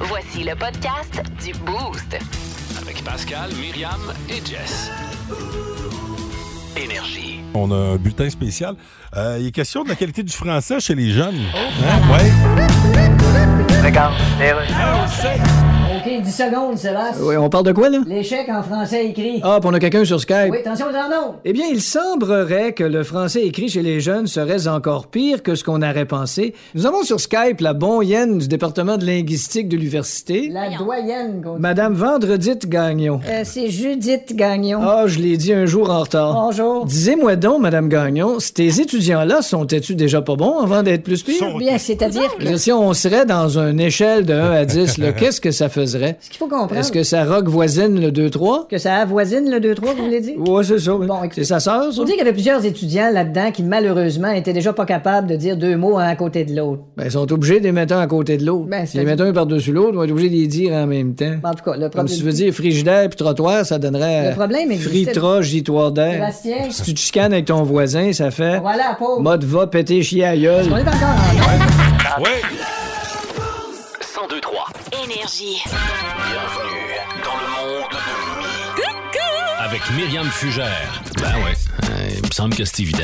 Voici le podcast du Boost. Avec Pascal, Myriam et Jess. Énergie. On a un bulletin spécial. Euh, il est question de la qualité du français chez les jeunes. Hein? Ouais. Regarde. OK, 10 secondes, Sébastien. Oui, on parle de quoi, là? L'échec en français écrit. Ah, puis on a quelqu'un sur Skype. Oui, attention aux annonces. Eh bien, il semblerait que le français écrit chez les jeunes serait encore pire que ce qu'on aurait pensé. Nous avons sur Skype la bonne du département de linguistique de l'université, La doyenne, qu'on dit. Madame Vendredite Gagnon. Euh, c'est Judith Gagnon. Ah, je l'ai dit un jour en retard. Bonjour. Disez-moi donc, Madame Gagnon, ces étudiants-là sont-ils déjà pas bons avant d'être plus pires? Sont- Bien, c'est-à-dire Je veux que dire, Si on serait dans une échelle de 1 à 10, là, qu'est-ce que ça faisrait? ce qu'il faut comprendre, Est-ce que ça rock voisine le 2-3? que ça avoisine le 2-3, vous voulez dire? Ouais, c'est ça. oui. Bon, écoutez. c'est sa sœur, ça? On dit qu'il y avait plusieurs étudiants là-dedans qui, malheureusement, étaient déjà pas capables de dire deux mots un à côté de l'autre. Ben, ils sont obligés de les mettre un à côté de l'autre. Ben, S'ils les c'est-à-dire- mettent un par-dessus l'autre, ils vont être obligés de les dire en même temps. En tout cas, le Comme problème... si tu veux dire frigidaire puis trottoir, ça donnerait. Le problème existait- Fritra, gitoire d'air. Sébastien, Si tu te chicanes avec ton voisin, ça fait. voilà, pauvre. Mode va péter chier à gueule. On est encore en... Ouais. 1023. Énergie. Bienvenue dans le monde de Mi. Avec Myriam Fugère. Ben ouais, euh, il me semble que c'est évident.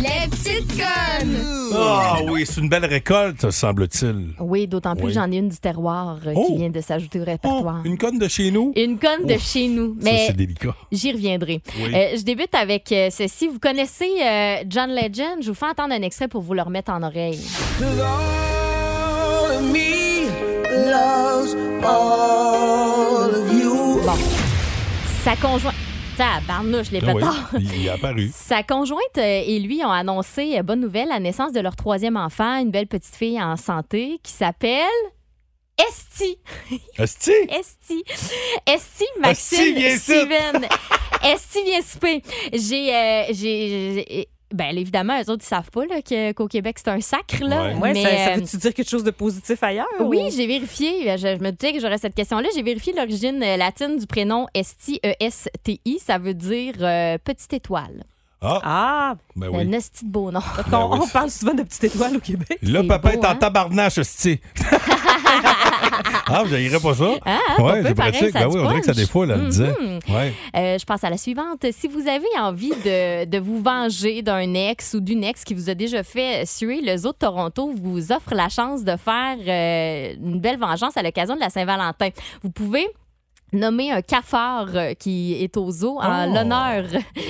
Les petites connes! Ah oui, c'est une belle récolte, semble-t-il. Oui, d'autant plus Oui. que j'en ai une du terroir euh, Oh! qui vient de s'ajouter au Oh, répertoire. une conne de chez nous. une... conne de Ouf. chez nous. Ça, Mais c'est délicat. j'y reviendrai. Oui. Euh, je débute avec euh, ceci. Vous connaissez euh, John Legend? Je vous fais entendre un extrait pour vous le remettre en oreille. Bon. Sa conjointe... Tabarnouche, les Ah oui, pétards. il est apparu. Sa conjointe euh, et lui ont annoncé, euh, bonne nouvelle, la naissance de leur troisième enfant, une belle petite fille en santé qui s'appelle Estie. Esti? Esti. Esti, Maxime, Esti, viens ici. Steven. Esti, viens souper. J'ai. euh, j'ai- j'ai- ben, évidemment, eux autres, ils savent pas là, que- qu'au Québec, c'est un sacre. Là, Ouais. Ouais, mais, ça, ça euh, veut-tu dire quelque chose de positif ailleurs? oui, ou- j'ai vérifié. euh, Je, je me disais que j'aurais cette question-là. J'ai vérifié l'origine euh, latine du prénom Esti, E E-S-T-I. Ça veut dire euh, petite étoile. Ah, Ah, ben Un oui. esti de beau nom. parce Ben qu'on oui, on c'est- parle souvent de petite étoile au Québec. Là, c'est papa beau, est en hein? tabarnache, Esti. ah, vous n'ailleriez pas ça? Hein, hein, pas ouais, peu c'est pareil, pratique. ça Ben du oui, on dirait que ça punch. défoule, elle le disait. Mhm. Ouais. Euh, je passe à la suivante. Si vous avez envie de, de vous venger d'un ex ou d'une ex qui vous a déjà fait suer, le Zoo de Toronto vous offre la chance de faire euh, une belle vengeance à l'occasion de la Saint-Valentin. Vous pouvez nommer un cafard euh, qui est au zoo en Oh. l'honneur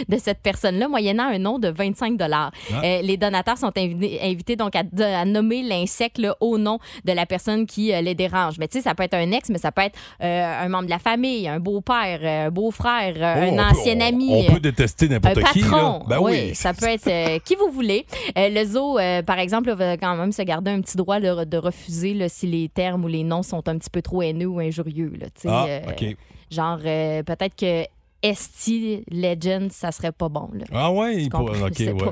de cette personne-là, moyennant un nom de 25 dollars. Euh, les donateurs sont invi- invités donc à, de- à nommer l'insecte là, au nom de la personne qui euh, les dérange. Mais tu sais, ça peut être un ex, mais ça peut être euh, un membre de la famille, un beau-père, euh, un beau-frère, euh, Oh, on un peut- ancien on- ami. euh, On peut détester Un n'importe qui. patron, là. Ben oui, oui. ça peut être euh, qui vous voulez. Euh, le zoo, euh, par exemple, va quand même se garder un petit droit là, de refuser là, si les termes ou les noms sont un petit peu trop haineux ou injurieux. là, tu sais, Ah, euh, OK. Genre, euh, peut-être que Esti Legend, ça serait pas bon. Là. Ah ouais, il Tu comprends? pourrait. OK, Je sais ouais.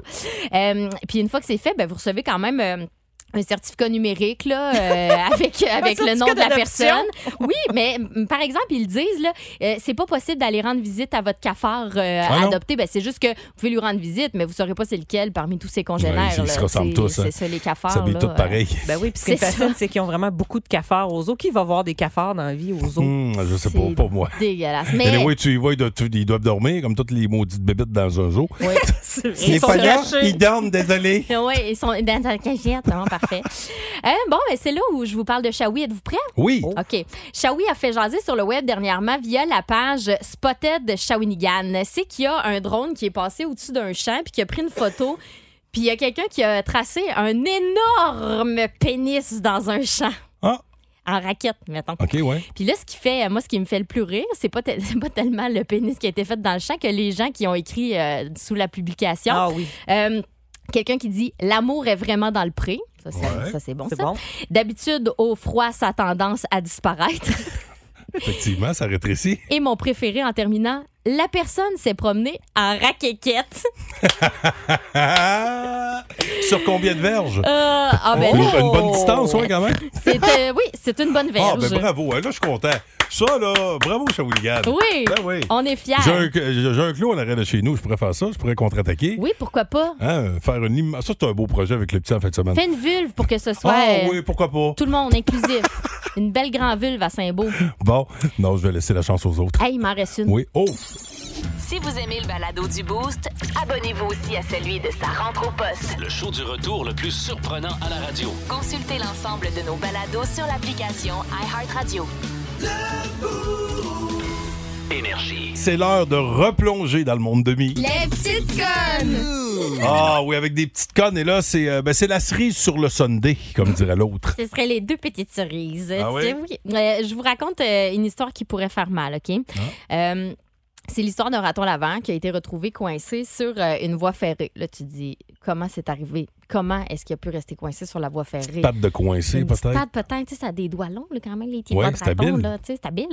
pas. Euh, Puis une fois que c'est fait, ben, vous recevez quand même. euh, un certificat numérique là, euh, avec, avec le nom certificat de la d'adoption. personne. Oui, mais mm, par exemple, ils disent, là, euh, c'est pas possible d'aller rendre visite à votre cafard euh, Ah non. adopté. Ben, c'est juste que vous pouvez lui rendre visite, mais vous saurez pas c'est lequel parmi tous ses Ouais, congénères. ils se là. ressemblent C'est- tous, hein. C'est ça, les cafards. Ça s'habille là, tout euh, pareil. Ben oui, puis ce qui est C'est facile, c'est qu'ils ont vraiment beaucoup de cafards aux zoo. Qui va voir des cafards dans la vie aux zoo? Hum, je sais pas, c'est pas moi. Dégueulasse. Mais Mais anyway, tu y vois, ils doivent, tu- ils doivent dormir comme toutes les maudites bébites dans un zoo. Les sont pognards, lâchés. ils dorment, désolé. Oui, ils sont dans la cagette. Vraiment parfait. Euh, bon, ben, c'est là où je vous parle de Shawi. Êtes-vous prêts? Oui. OK. Shawi a fait jaser sur le web dernièrement via la page Spotted Shawinigan. C'est qu'il y a un drone qui est passé au-dessus d'un champ puis qui a pris une photo. Puis il y a quelqu'un qui a tracé un énorme pénis dans un champ. Ah. En raquette, mettons. OK, ouais. Puis là, ce qui fait, moi, ce qui me fait le plus rire, c'est pas, tel- c'est pas tellement le pénis qui a été fait dans le champ que les gens qui ont écrit euh, sous la publication. Ah oui, Euh, Quelqu'un qui dit l'amour est vraiment dans le pré. Ça, c'est- Ouais. ça, c'est bon. c'est ça. bon. D'habitude, au froid, ça a tendance à disparaître. Effectivement, ça rétrécit. Et mon préféré en terminant, La personne s'est promenée en raquette. Ah! Sur combien de verges? Euh, ah ben Une, là, Oh, une bonne distance, ouais, quand même. c'est, euh, oui, c'est une bonne Ah, verge. ben bravo, hein, là, je suis content. Ça, là, bravo, Shawinigan. oui, Ben oui. on est fiers. J'ai un, j'ai- j'ai un clou en arrière de chez nous, je pourrais faire ça, je pourrais contre-attaquer. Oui, pourquoi pas? Hein, faire une imma- Ça, c'est un beau projet avec le petit en fin de semaine. Fais une vulve pour que ce soit Ah euh, oui, pourquoi pas? tout le monde inclusif. une belle grande vulve à Saint-Beau. Bon, non, je vais laisser la chance aux autres. Hey, il m'en reste une. Oui. Oh! Si vous aimez le balado du Boost, abonnez-vous aussi à celui de sa rentre au poste. Le show du retour le plus surprenant à la radio. Consultez l'ensemble de nos balados sur l'application iHeartRadio. Énergie. C'est l'heure de replonger dans le monde de mi. Les petites connes. Ah oui, avec des petites connes. Et là, c'est euh, ben, c'est la cerise sur le Sunday, comme dirait l'autre. Ce seraient les deux petites cerises. Ah Tu sais, oui. Euh, je vous raconte euh, une histoire qui pourrait faire mal, OK? Ah. Euh, c'est l'histoire d'un raton laveur qui a été retrouvé coincé sur euh, une voie ferrée. Là, tu te dis, comment c'est arrivé? Comment est-ce qu'il a pu rester coincé sur la voie ferrée? Patte de coincé, Une petite peut-être. patte, peut-être. Tu sais, ça a des doigts longs, là, quand même, les petits Ouais, doigts de c'est raton. habile. Ben, Là, tu sais, c'est habile.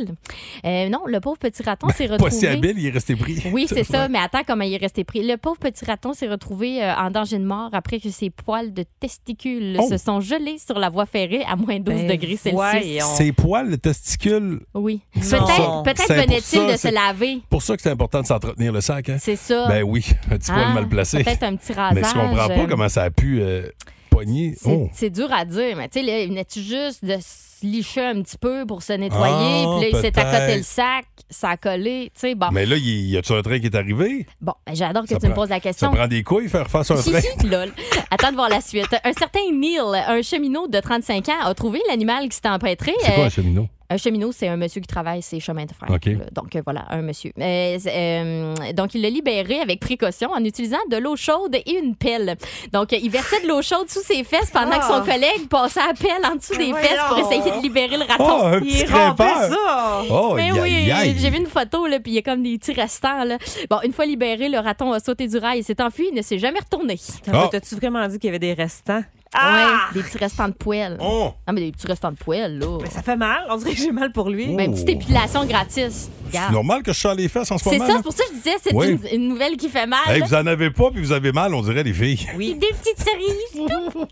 Euh, non, le pauvre petit raton s'est Pas retrouvé... si habile, il est resté pris. Oui, c'est ça, mais attends comment il est resté pris. Le pauvre petit raton s'est retrouvé euh, en danger de mort après que ses poils de testicules Oh. se sont gelés sur la voie ferrée à moins 12 Ben, degrés Celsius. voyons. Ses poils, le testicule, Oui. Non. Peut-être peut C'est pour ça, venait-il de c'est- se laver. pour ça que c'est important de s'entretenir le sac, hein? C'est ça. Ben oui, un petit poil Hein? mal placé. Peut-être un petit rasage. Mais je comprends pas euh, comment ça a pu euh, pogner. C'est Oh. c'est dur à dire, mais tu sais, là, il venait-tu juste de se licher un petit peu pour se nettoyer, Ah, puis là, il s'est accoté peut-être. le sac, ça a collé, tu sais, bon. Mais là, il- y a-tu un train qui est arrivé? Bon, ben, j'adore que Ça tu me prend- poses la Ça question. prend des couilles faire face à un train. Chichi, lol. Attends de voir la suite. Un certain Neil, un cheminot de 35 ans, a trouvé l'animal qui s'est empêtré. C'est Euh, quoi un cheminot? un cheminot, c'est un monsieur qui travaille ses chemins de fer. OK. là. Donc euh, voilà, un monsieur. Euh, c'est, euh, donc il l'a libéré avec précaution en utilisant de l'eau chaude et une pelle. Donc euh, il versait de l'eau chaude sous ses fesses pendant que son collègue passait à la pelle en dessous des Mais fesses pour voyons. essayer de libérer le raton. Oh, un Il petit rampait grimpeur! ça! Oh, Mais aïe, oui, aïe, aïe. j'ai vu une photo, là, puis il y a comme des petits restants. Là. Bon, une fois libéré, le raton a sauté du rail et s'est enfui. Il ne s'est jamais retourné. Attends, Ah. T'as-tu vraiment dit qu'il y avait des restants? Ah! Ouais, des petits restants de poêle. Oh! Non, mais des petits restants de poêle, là. Mais Ben, ça fait mal. On dirait que j'ai mal pour lui. Mais oh! une petite épilation gratis. C'est Regarde. normal que je sens les fesses en ce C'est moment. ça, là. c'est pour ça que je disais, c'est Oui. une, une nouvelle qui fait mal. hein. Hey, vous en avez pas puis vous avez mal, on dirait les filles. Puis Des petites cerises.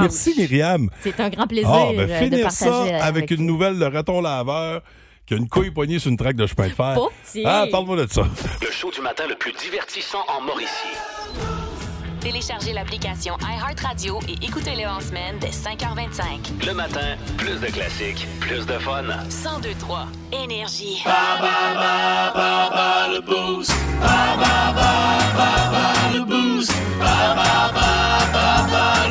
Merci Myriam. C'est un grand plaisir Ah, ben euh, de finir partager ça avec, une nouvelle de raton laveur qui a une couille poignée sur une traque de chemin de fer. Pas petit. Ah, parle-moi de ça. Le show du matin le plus divertissant en Mauricie. Téléchargez l'application iHeartRadio et écoutez-le en semaine dès 5h25. Le matin, plus de classiques, plus de fun. 1023 Énergie.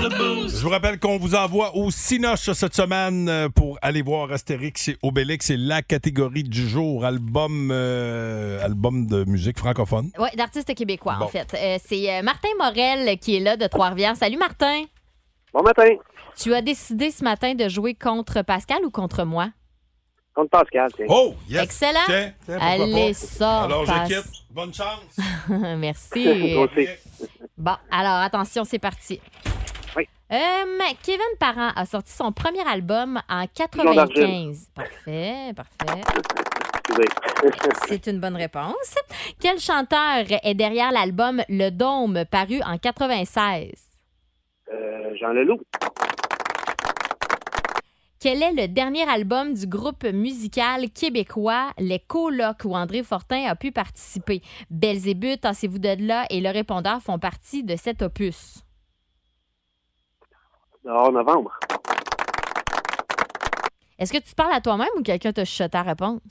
Je vous rappelle qu'on vous envoie au Cinoche cette semaine euh, pour aller voir Astérix et Obélix. C'est la catégorie du jour, album, euh, album de musique francophone. Oui, d'artistes québécois, Bon. en fait. Euh, c'est euh, Martin Morel qui est là de Trois-Rivières. Salut, Martin. Bon matin, Tu as décidé ce matin de jouer contre Pascal ou contre moi? contre Pascal. tiens. Oh, yes! Excellent. Tiens, tiens, pourquoi Allez, pas. sors, Alors, je passe. quitte. Bonne chance. Merci. Toi aussi. Bon, alors attention, c'est parti. Oui. Hum, Kevin Parent a sorti son premier album en Pigeon 95. Parfait, parfait. Excusez. C'est une bonne réponse. Quel chanteur est derrière l'album Le Dôme paru en 96? Euh, Jean Leloup, Quel est le dernier album du groupe musical québécois Les Colocs où André Fortin a pu participer? Belzébuth, Tassez-vous de là et Le Répondeur font partie de cet opus. dehors novembre. Est-ce que tu parles à toi-même ou quelqu'un t'a chuchoté ta réponse?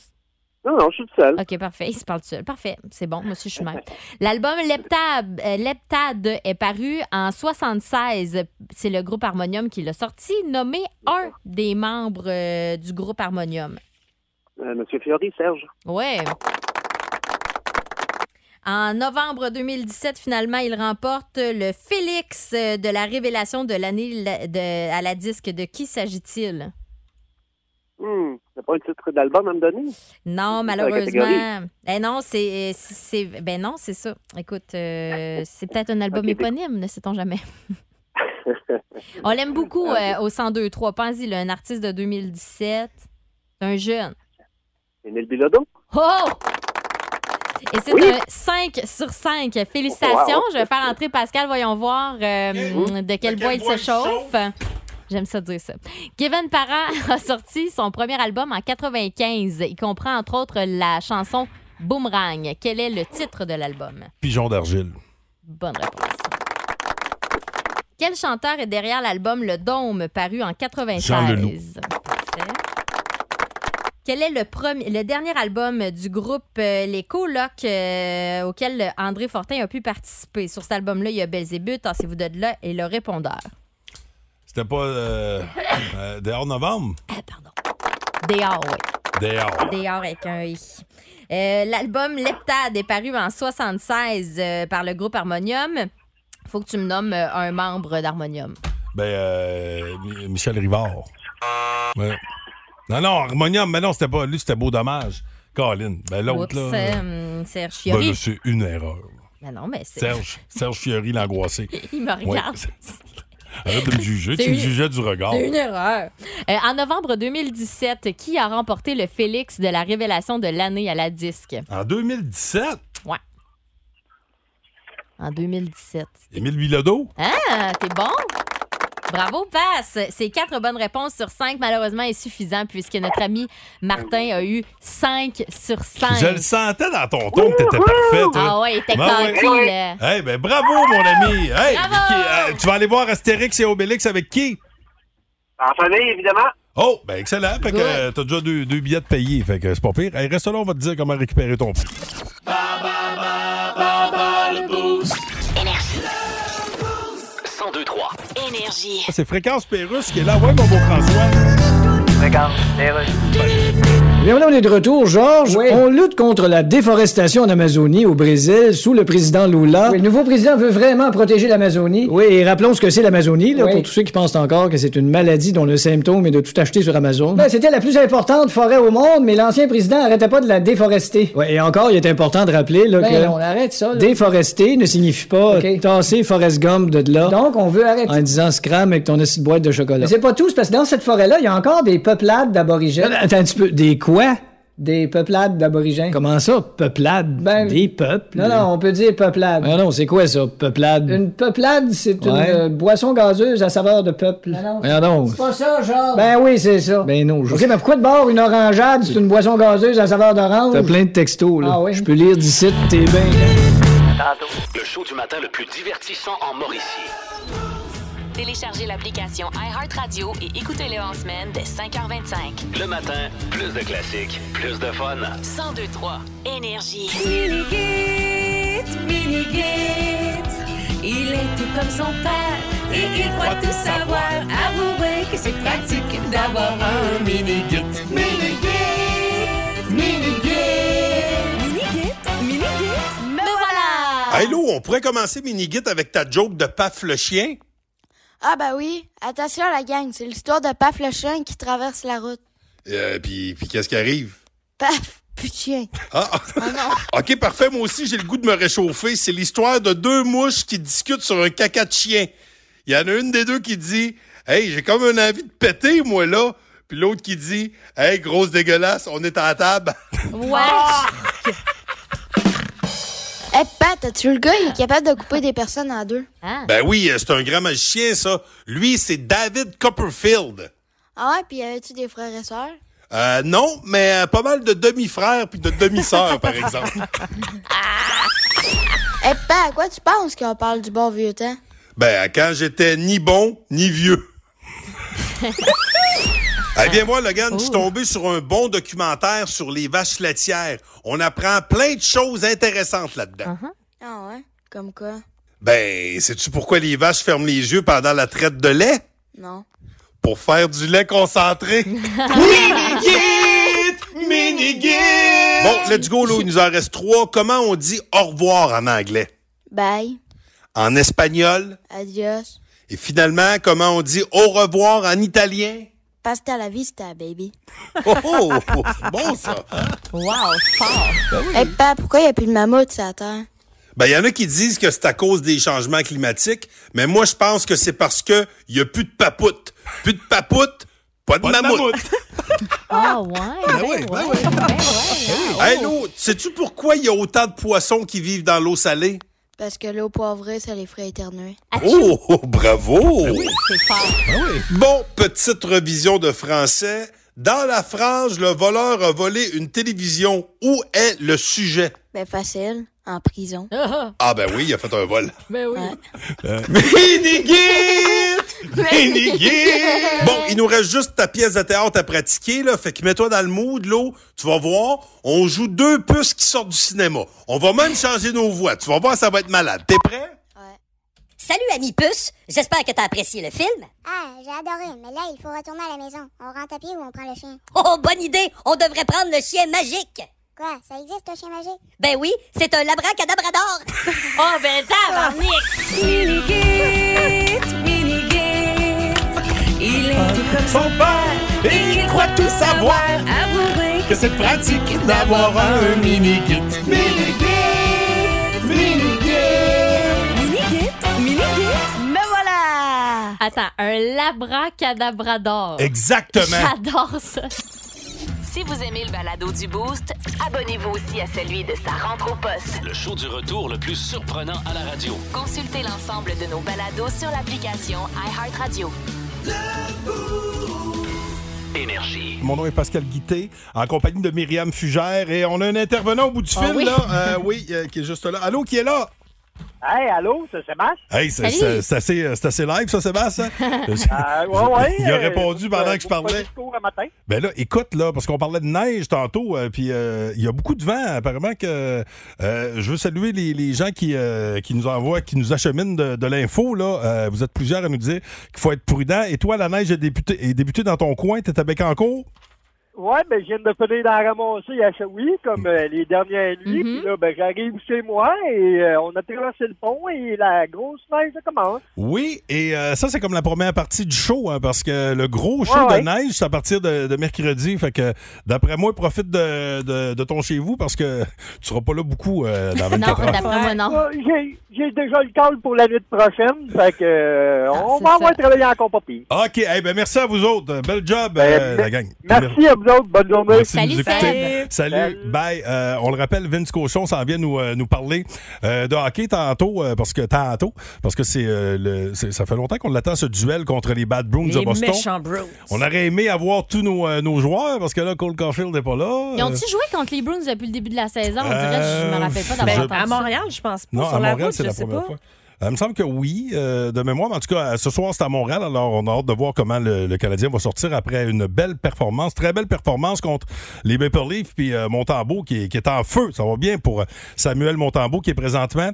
Non, non, je suis tout seul. OK, parfait. Il se parle tout seul. Parfait. C'est bon. Moi aussi, je suis même. L'album Leptade, euh, Leptade est paru en 76. C'est le groupe Harmonium qui l'a sorti. Nommé un des membres euh, du groupe Harmonium. Euh, Monsieur Fiori, Serge. Ouais. En novembre 2017, finalement, il remporte le Félix euh, de la révélation de l'année la- de- à la disque. De qui s'agit-il? Hmm, t'as pas un titre d'album à me donner? Non, C'est malheureusement. Eh non, c'est, c'est- ben non, c'est ça. Écoute, euh, c'est peut-être un album Ok, c'est- éponyme, ne sait-on jamais. On l'aime beaucoup euh, au 102-3. Pense-y, là, un artiste de 2017, un jeune. Émile Bilodeau? Oh! Et c'est un 5 sur 5. Félicitations. Je vais faire entrer Pascal. Voyons voir euh, de quelle voix il se chauffe. J'aime ça dire ça. Kevin Parent a sorti son premier album en 95. Il comprend entre autres la chanson Boomerang. Quel est le titre de l'album? Pigeon d'argile. Bonne réponse. Quel chanteur est derrière l'album Le Dôme, paru en Jean Leloup. 96? Parfait. Quel est le, premier, le dernier album du groupe euh, Les Colocs euh, auquel André Fortin a pu participer? Sur cet album-là, il y a Belzébuth, Tassez-vous de là et Le Répondeur. C'était pas euh, euh, dehors novembre? Dehors, oui. Dehors. Dehors avec un i. Euh, L'album Leptade est paru en 76 euh, par le groupe Harmonium. Faut que tu me nommes euh, un membre d'Harmonium. Ben, euh, Mi- Michel Rivard. Ouais. Non, non, Harmonium, mais non, c'était pas lui, c'était beau dommage. Colin, ben l'autre, Oups, là. euh, Serge ben, Fiori. là, c'est une erreur. Ah non, mais c'est. Serge, Serge Fiori, l'angoissé. Il me regarde. Ouais. Arrête de me juger, C'est tu me une- jugeais du regard. C'est une erreur. Euh, en novembre 2017, qui a remporté le Félix de la révélation de l'année à la disque? En 2017, En 2017. Émile Bilodeau. Ah, t'es bon? Bravo, passe! C'est quatre bonnes réponses sur cinq, malheureusement insuffisant, puisque notre ami Martin a eu 5 sur 5. Je le sentais dans ton ton que t'étais parfait. toi. Ah ouais, il était Ben conquis, ouais. là. Hey, ben bravo, mon ami. Hey, Bravo. qui- euh, tu vas aller voir Astérix et Obélix avec qui? En famille, évidemment. Oh, ben excellent. Fait que Good. euh, t'as déjà deux, deux billets de payés. Fait que c'est pas pire. Hey, reste là, on va te dire comment récupérer ton prix. Énergie. 1023. Énergie. C'est Fréquence Pérusse qui est là. Ouais, mon beau François. Eh Bien, voilà, on est de retour, Georges. On lutte contre la déforestation en Amazonie, au Brésil, sous le président Lula. Oui, le nouveau président veut vraiment protéger l'Amazonie. Oui, et rappelons ce que c'est l'Amazonie, là, Oui. pour tous ceux qui pensent encore que c'est une maladie dont le symptôme est de tout acheter sur Amazon. Ben, C'était la plus importante forêt au monde, mais l'ancien président arrêtait pas de la déforester. Ouais, et encore, il est important de rappeler là, Ben que non, on arrête ça. là. déforester ne signifie pas Ok. tasser Forrest Gump de là Donc, on veut arrêter. en disant scram avec ton acide boîte de chocolat. Mais c'est pas tout, c'est parce que dans cette forêt-là, il y a encore des peuplades d'aborigènes. Euh, Attends un petit peu, des quoi? Des peuplades d'aborigènes. Comment ça, peuplade? Ben- des peuples? Non, non, on peut dire peuplade. Ah non, c'est quoi ça, peuplade? Une peuplade, c'est une Ouais. euh, boisson gazeuse à saveur de peuple. Voyons donc. pas ça, genre. Ben oui, c'est ça. Ben non, je... OK, mais pourquoi de bord une orangeade, c'est une boisson gazeuse à saveur T'as d'orange? plein de textos, là. Ah oui? Je peux lire d'ici, t'es bien. Le show du matin le plus divertissant en Mauricie. Téléchargez l'application iHeartRadio et écoutez-le en semaine dès 5h25. Le matin, plus de classiques, plus de fun. 1023 Énergie. Miniguette, Miniguette, il est tout comme son père et il croit tout savoir. Avouez que c'est pratique d'avoir un Miniguette. Miniguette, Miniguette, Miniguette, Miniguette, me voilà! Hey, Lou, on pourrait commencer mini-git avec ta joke de paf le chien. Ah bah oui, attention la gang, c'est l'histoire de Paf le chien qui traverse la route. Euh, puis, puis qu'est-ce qui arrive? Paf, putain. Ah, ah. OK, parfait. Moi aussi, j'ai le goût de me réchauffer. C'est l'histoire de deux mouches qui discutent sur un caca de chien. Il y en a une des deux qui dit Hey, j'ai comme un envie de péter, moi, là. Puis l'autre qui dit Hey, grosse dégueulasse, on est à table. Wesh! Eh Pat, as-tu le gars, il est capable de couper des personnes en deux. Hein? Ben oui, euh, c'est un grand magicien, ça. Lui, c'est David Copperfield. Ah ouais, puis avais-tu des frères et sœurs? Euh, non, mais euh, pas mal de demi-frères puis de demi-sœurs, par exemple. Eh Pat, à quoi tu penses quand on parle du bon vieux temps? Ben, quand j'étais ni bon, ni vieux. Eh bien, moi, Logan, je suis tombé sur un bon documentaire sur les vaches laitières. On apprend plein de choses intéressantes là-dedans. Ah ouais, comme quoi? Ben, sais-tu pourquoi les vaches ferment les yeux pendant la traite de lait? Non. Pour faire du lait concentré. Minigit! Minigit! Bon, let's go, là, il nous en reste trois. Comment on dit au revoir en anglais? Bye, En espagnol? adios, Et finalement, comment on dit au revoir en italien? pasta la vista, baby. Oh, oh, oh, bon ça. Wow, fort! Eh Pat, pourquoi il a plus de mammouth sur la terre? Ben, il y en a qui disent que c'est à cause des changements climatiques, mais moi, je pense que c'est parce que il y a plus de papoute. Plus de papoute, pas de Pas de mammouth. mammouth. Ah, ouais. Ben oui, ben oui. Hey, l'eau, sais-tu pourquoi il y a autant de poissons qui vivent dans l'eau salée? Parce que l'eau poivrée, ça les ferait éternuer. Oh, oh, bravo! Ben C'est fort. Bon, petite revision de français. Dans la frange, le voleur a volé une télévision. Où est le sujet? Ben facile, en prison. Ah ben oui, il a fait un vol. ben oui. Ah. Minigit! Minigit! Bon, il nous reste juste ta pièce de théâtre à pratiquer, là. Fait que mets-toi dans le mood, l'eau. Tu vas voir, on joue deux puces qui sortent du cinéma. On va même changer nos voix. Tu vas voir, ça va être malade. T'es prêt? Salut, ami puce. J'espère que t'as apprécié le film. Ah, j'ai adoré, mais là, il faut retourner à la maison. On rentre à pied ou on prend le chien? Oh, bonne idée. On devrait prendre le chien magique. Quoi, ça existe le chien magique? Ben oui, c'est un labracadabrador. oh, ben Minigit, Minigit, il est tout comme son père et il croit tout savoir. Ah. Avouez que c'est pratique d'avoir un mini-git. Mini-git, mini-git. Minigit, minigit. Me voilà! Attends, un labracadabrador. Exactement. J'adore ça. Si vous aimez le balado du Boost, abonnez-vous aussi à celui de sa rentre au poste. Le show du retour le plus surprenant à la radio. Consultez l'ensemble de nos balados sur l'application iHeartRadio. Énergie. Mon nom est Pascal Guité, en compagnie de Myriam Fugère, et on a un intervenant au bout du Ah fil, oui? là. Euh, oui, euh, qui est juste là. Allô, qui est là? Hey, allô, c'est Sébastien? Hey, c'est- c'est c'est assez, euh, c'est assez live, ça, Sébastien? Ah, ouais, ouais, Il a euh, répondu pendant euh, que vous je prenez parlais. le cours un matin. Ben là, écoute, là, parce qu'on parlait de neige tantôt, euh, puis euh, il y a beaucoup de vent. Apparemment que euh, je veux saluer les, les gens qui, euh, qui nous envoient, qui nous acheminent de, de l'info. Là, Euh, vous êtes plusieurs à nous dire qu'il faut être prudent. Et toi, la neige est débutée, est débutée dans ton coin. T'es à Bécancour? Ouais, ben, je viens de finir d'en ramasser à oui, comme euh, les dernières nuits. Puis là, ben, j'arrive chez moi et euh, on a traversé le pont et la grosse neige commence. Oui, et euh, ça, c'est comme la première partie du show, hein, parce que le gros show Ouais, ouais. de neige, c'est à partir de, de mercredi. Fait que, d'après moi, profite de, de- de ton chez-vous, parce que tu seras pas là beaucoup euh, dans 24 heures. moi, non. j'ai, j'ai déjà le call pour la nuit prochaine, fait que euh, on c'est va avoir ça. travaillé encore pas pire. OK, eh ben merci à vous autres. Euh, Bel job, euh, la gang. Merci à vous autres, bonne journée. Merci de nous écouter. Salut, bye. Euh, on le rappelle, Vince Cochon s'en vient nous, euh, nous parler euh, de hockey tantôt, euh, parce que tantôt, parce que c'est, euh, le- c'est- ça fait longtemps qu'on l'attend, ce duel contre les Bad Bruins de Les Boston. méchants Bruins. On aurait aimé avoir tous nos, euh, nos joueurs, parce que là, Cole Caulfield n'est pas là. Ils Euh, ont-tu joué contre les Bruins depuis le début de la saison? On dirait que je Euh, me rappelle pas je- d'avoir entendu à Montréal, je pense Euh, Non, à Montréal, c'est la première fois. Euh, Il me semble que oui, euh, de mémoire. Mais En tout cas, euh, ce soir, c'est à Montréal. Alors, on a hâte de voir comment le, le Canadien va sortir après une belle performance, très belle performance contre les Maple Leafs. Puis euh, Montembeau qui est, qui est en feu. Ça va bien pour euh, Samuel Montembeau qui est présentement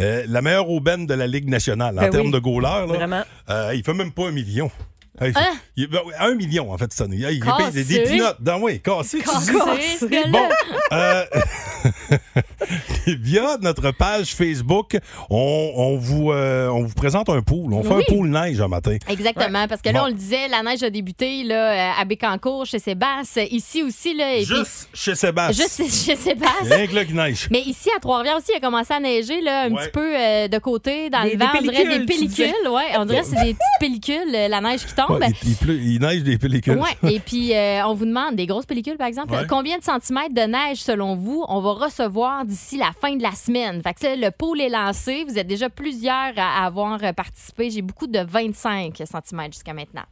euh, la meilleure aubaine de la Ligue nationale en Ben termes oui. de goalers. là. Vraiment. Ah, Euh, il fait même pas un million. Hey, Hein? il- ben oui, un million, en fait, cette année. Il, il paye des, des Cassé. peanuts. Dans, oui, cassé, tu Cassé, dis. ce gars-là. Bon, euh, via notre page Facebook, on, on vous, euh, on vous présente un pool. On fait Oui. un pool neige un matin. Exactement, parce que là, Bon. on le disait, la neige a débuté là, euh, à Bécancour, chez Sébastien, ici aussi. Là, et puis- Juste chez Sébastien. juste chez Sébastien. Rien que là qui neige. Mais ici, à Trois-Rivières aussi, il a commencé à neiger là, un Ouais. petit peu euh, de côté, dans Des- le vent. des On dirait des pellicules, tu disais. pellicules. Ouais, on dirait que c'est des petites pellicules, euh, la neige qui tombe. Ouais, il, il pleut- il neige des pellicules. Ouais, et puis euh, on vous demande des grosses pellicules par exemple, Ouais. combien de centimètres de neige selon vous on va recevoir d'ici la fin de la semaine. Fait que ça, le pôle est lancé, vous êtes déjà plusieurs à avoir euh, participé, j'ai beaucoup de 25 centimètres jusqu'à maintenant.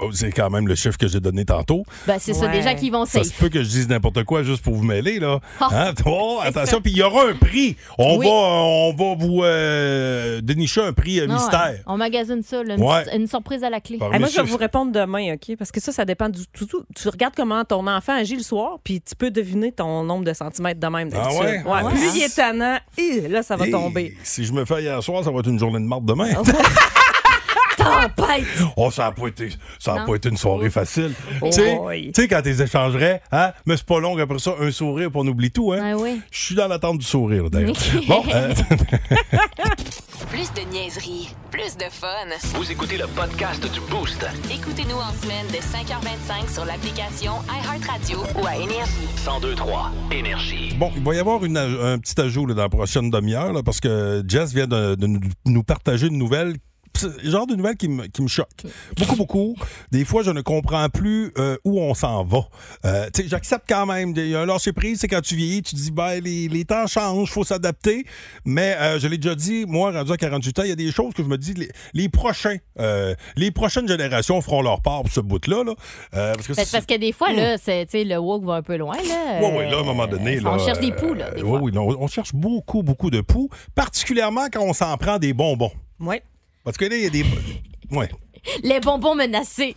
Oh, C'est quand même le chiffre que j'ai donné tantôt. Ben, c'est ça, des gens qui vont Ça safe. se peut que je dise n'importe quoi juste pour vous mêler, là. Ah, Hein? Oh, c'est attention, ça. puis il y aura un prix. On, Oui. va, on va vous euh, dénicher un prix euh, Non, mystère. ouais, on magasine ça, là, une, Ouais. petite- une surprise à la clé. Parmi Ah, moi, je vais ceux- vous répondre demain, OK? Parce que ça, ça dépend du tout. tout. Tu regardes comment ton enfant agit le soir, puis tu peux deviner ton nombre de centimètres de même. Ah d'habitude. ouais? Ah ouais. Plus il est tannant, et là, ça va Hey, tomber. Ah Si je me fais hier soir, ça va être une journée de marde demain. Tempête! Oh, ça n'a pas, été- ça a Non. pas été une soirée facile. Oh Tu sais- boy. tu sais, quand ils échangeraient, hein, mais c'est pas long après ça, un sourire, puis on oublie tout. Ah Hein. Ah Je suis dans l'attente du sourire, d'ailleurs. bon, euh, Plus de niaiserie, plus de fun. Vous écoutez le podcast du Boost. Écoutez-nous en semaine de 5h25 sur l'application iHeartRadio ou à Énergie. 1023 Énergie. bon, il va y avoir une aj- un petit ajout là, dans la prochaine demi-heure, là, parce que Jess vient de, de nous, nous partager une nouvelle c'est le genre de nouvelles qui me, qui me choque. Beaucoup, beaucoup. Des fois, je ne comprends plus euh, où on s'en va. Euh, tu sais, J'accepte quand même. Il y a un lâcher prise, c'est quand tu vieillis, tu dis, ben, les, les temps changent, faut s'adapter. Mais euh, je l'ai déjà dit, moi, rendu à 48 ans, il y a des choses que je me dis, les, les prochains, euh, les prochaines générations feront leur part pour ce bout-là. Là, Euh, parce que Parce, c'est- Ben, parce que des fois, Mm. là, c'est, tu sais, le woke va un peu loin. Là, Oui, oui, là, à un moment donné. Euh, là, on cherche des euh, poux, là. des oui, oui, non, on cherche beaucoup, beaucoup de poux, particulièrement quand on s'en prend des bonbons. Oui. Parce que là, il y a des. Oui. fois. Les bonbons menacés.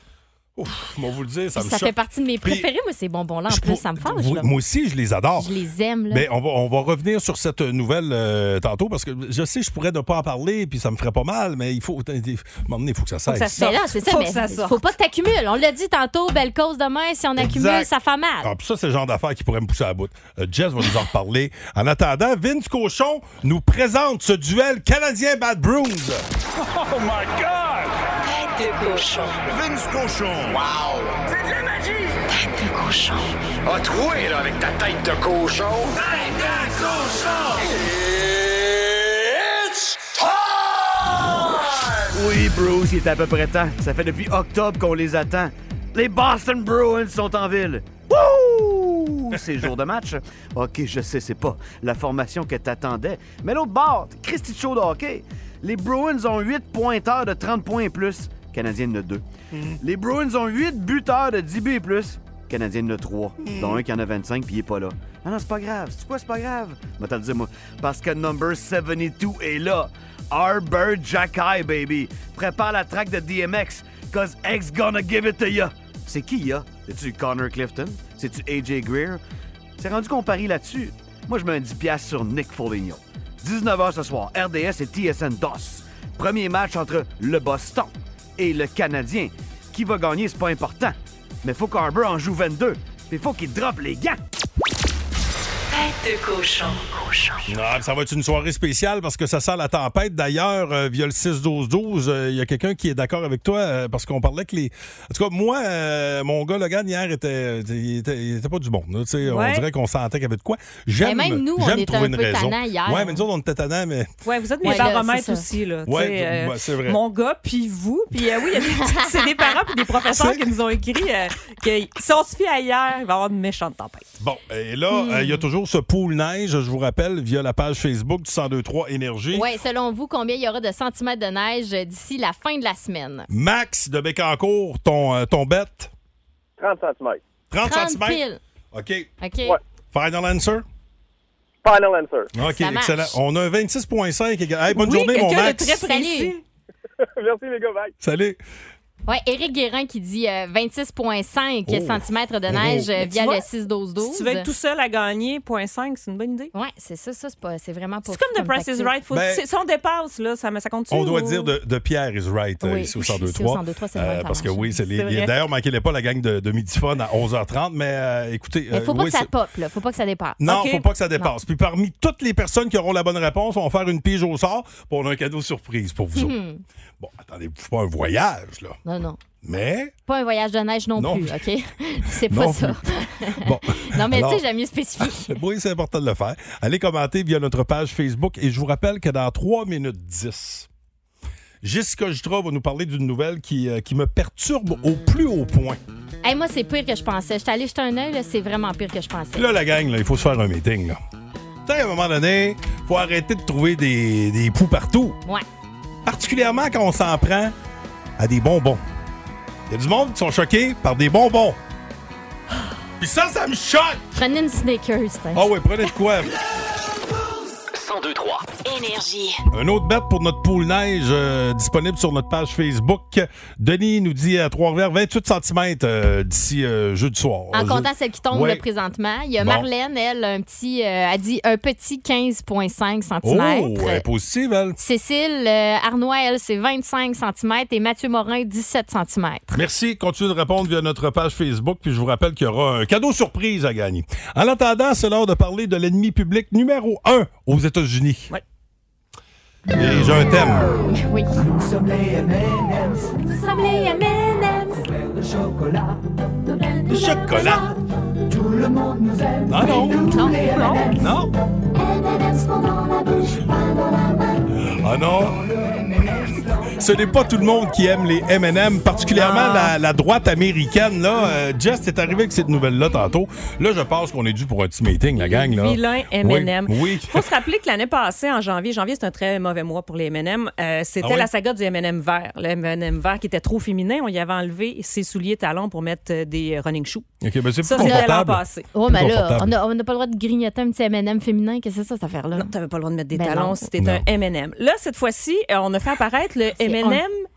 Je vais vous le dire, ça Ça, me fait choque. partie de mes Puis- préférés, moi, ces bonbons-là. En plus, ça me fâche. Oui, là. moi ben, aussi, je les adore. Je les aime, là. Mais on va, on va revenir sur cette nouvelle euh, tantôt parce que je sais, je pourrais ne pas en parler puis ça me ferait pas mal, mais il faut. Il faut que ça cesse. Mais là, c'est ça, Faut mais que ça sorte. faut pas que t'accumules. On l'a dit tantôt, belle cause demain, si on accumule, Exact. ça fait mal. Ah, puis ça, c'est le genre d'affaires qui pourrait me pousser à bout. Euh, Jess va nous en reparler. En attendant, Vince Cochon nous présente ce duel canadien-Bad Bruins. Oh my God! Tête de cochon. Vince cochon. Wow! C'est de la magie! Tête de cochon. A troué, là, avec ta tête de cochon. Tête de cochon! Oui, Bruce, il est à peu près temps. Ça fait depuis octobre qu'on les attend. Les Boston Bruins sont en ville. Wouh! C'est jour de match. OK, je sais, c'est pas la formation que t'attendais. Mais l'autre bord, Christy de chaud de hockey. Les Bruins ont 8 pointeurs de 30 points et plus. Canadiens en a 2. Les Bruins ont 8 buteurs de 10 buts et plus. Canadiens en a 3. Dont un qui en a 25 puis il est pas là. Ah non, c'est pas grave. C'est quoi, c'est pas grave? Mais t'as le dire, moi. Parce que number 72 est là. Arbor Jacky, baby. Prépare la track de DMX. Cause X gonna give it to ya. C'est qui, ya? C'est-tu Connor Clifton? C'est-tu AJ Greer? C'est rendu qu'on parie là-dessus. Moi, je mets un 10$ piastres sur Nick Foligno. 19h ce soir, RDS et TSN DOS. Premier match entre le Boston et le Canadien. Qui va gagner, c'est pas important. Mais faut qu'Arbor en joue 22. Il faut qu'il droppe les gants. Tête de cochon. Cochon. Ah, puis ça va être une soirée spéciale parce que ça sent la tempête. D'ailleurs, euh, via le 6-12-12, euh, il y a quelqu'un qui est d'accord avec toi euh, parce qu'on parlait que les. En tout cas, moi, euh, mon gars Logan hier était, euh, il était, il était pas du bon. là, tu sais. On Ouais. dirait qu'on sentait qu'il y avait de quoi. J'aime Mais Eh, même nous, on j'aime était trouver un une peu raison. tannants hier. Ouais, mais nous autres, on était tannants, mais. Ouais, vous êtes mes Ouais, là, baromètres c'est ça. aussi, là. tu Ouais, sais, euh, bah, c'est vrai. Mon gars, puis vous, puis euh, oui, il y a des petits- c'est des parents puis des professeurs qui nous ont écrit euh, que si on se fie à hier, il va y avoir une méchante tempête. Bon, et là, euh, il Hmm. y a toujours ce pool neige, je vous rappelle, via la page Facebook du 1023 Énergie. Oui, selon vous, combien il y aura de centimètres de neige euh, d'ici la fin de la semaine? Max de Bécancourt, ton, euh, ton bête. 30 cm. 30, 30 cm. piles. OK. OK. Final answer? Final answer. OK, Ça marche. excellent. On a un 26,5. égal- Hey, bonne journée, mon Max. Salut. Merci, les gars. Bye. Salut. Ouais, Éric Guérin qui dit euh, 26,5 Oh. cm de neige euh, Mais tu via vois, le 6-12-12. Si tu veux être tout seul à gagner, point 5, c'est une bonne idée. Ouais, c'est ça, ça, c'est pas- c'est vraiment pas C'est comme The Price is Right. Faut, Ben, c'est- si on dépasse, là, ça, ça compte On doit dire de, de Pierre is right euh, Oui, ici au oui, 1023. ici au 102.3, c'est le même Euh, Parce que arrange. oui, c'est les. C'est vrai. D'ailleurs, manquez pas la gang de, de Midi Fun à 11h30, mais euh, écoutez. Mais euh, faut pas oui, que ça c'est- pop, là. Faut pas que ça dépasse. Non, faut pas que ça dépasse. Puis parmi toutes les personnes qui auront la bonne réponse, on va faire une pige au sort pour on a un cadeau surprise pour vous autres. Hmm. Bon, attendez, c'est pas un voyage, là. Non, non. Mais. Pas un voyage de neige non, Non. plus, OK? C'est pas Non ça. non, mais tu sais, j'aime mieux spécifier. Oui, c'est important de le faire. Allez commenter via notre page Facebook. Et je vous rappelle que dans 3 minutes 10, Jessica Jutra va nous parler d'une nouvelle qui, euh, qui me perturbe au plus haut point. Hey, moi, c'est pire que je pensais. Je suis allée jeter un œil, là, c'est vraiment pire que je pensais. Puis là, la gang, là, il faut se faire un meeting. Là. Tu sais, à un moment donné, faut arrêter de trouver des, des poux partout. Ouais. Particulièrement quand on s'en prend à des bonbons. Il y a du monde qui sont choqués par des bonbons. Puis ça, ça me choque! Prenez une Snickers, t'as- Ah oui, prenez de quoi? 1023. Énergie. Un autre bet pour notre poule neige euh, disponible sur notre page Facebook. Denis nous dit à Trois-Rivières 28 cm d'ici euh, jeudi soir. En Je- comptant celle qui tombe Ouais. là, présentement, il y a Bon. Marlène, elle, un petit, euh, a dit un petit 15,5 cm. Oh, elle est positive, elle. Cécile euh, Arnois, elle, c'est 25 cm et Mathieu Morin, 17 cm. Merci. Continuez de répondre via notre page Facebook. Puis je vous rappelle qu'il y aura un cadeau surprise à gagner. En attendant, c'est l'heure de parler de l'ennemi public numéro un aux États-Unis. Et j'ai un thème. Oui. Nous sommes les M&M's. Nous sommes les M&M's. Plein de chocolat. Le chocolat. Tout le monde nous aime. Ah non. Non, non. Non. M&M's sont dans la bouche, pas dans la main. Ah non. Ah ce n'est pas tout le monde qui aime les M&M, particulièrement Ah. la, la droite américaine. Là, Euh, Jess est arrivé avec cette nouvelle-là tantôt. Là, je pense qu'on est dû pour un petit meeting, la gang. Là. Vilain M&M. Oui. oui. Faut se rappeler que l'année passée, en janvier, janvier c'est un très mauvais mois pour les M&M. euh, c'était Ah oui? la saga du M&M vert, le M&M vert qui était trop féminin. On y avait enlevé ses souliers talons pour mettre euh, des running shoes. Ok, ben c'est Ça, plus c'est l'an confortable. passé. Oh, Plus mais là, confortable. on n'a on n'a pas le droit de grignoter un petit M&M féminin. Qu'est-ce que c'est ça, cette affaire-là? Non, t'avais pas le droit de mettre des talons. talons, c'était un M&M. Là, cette fois-ci, euh, on a fait apparaître le M&M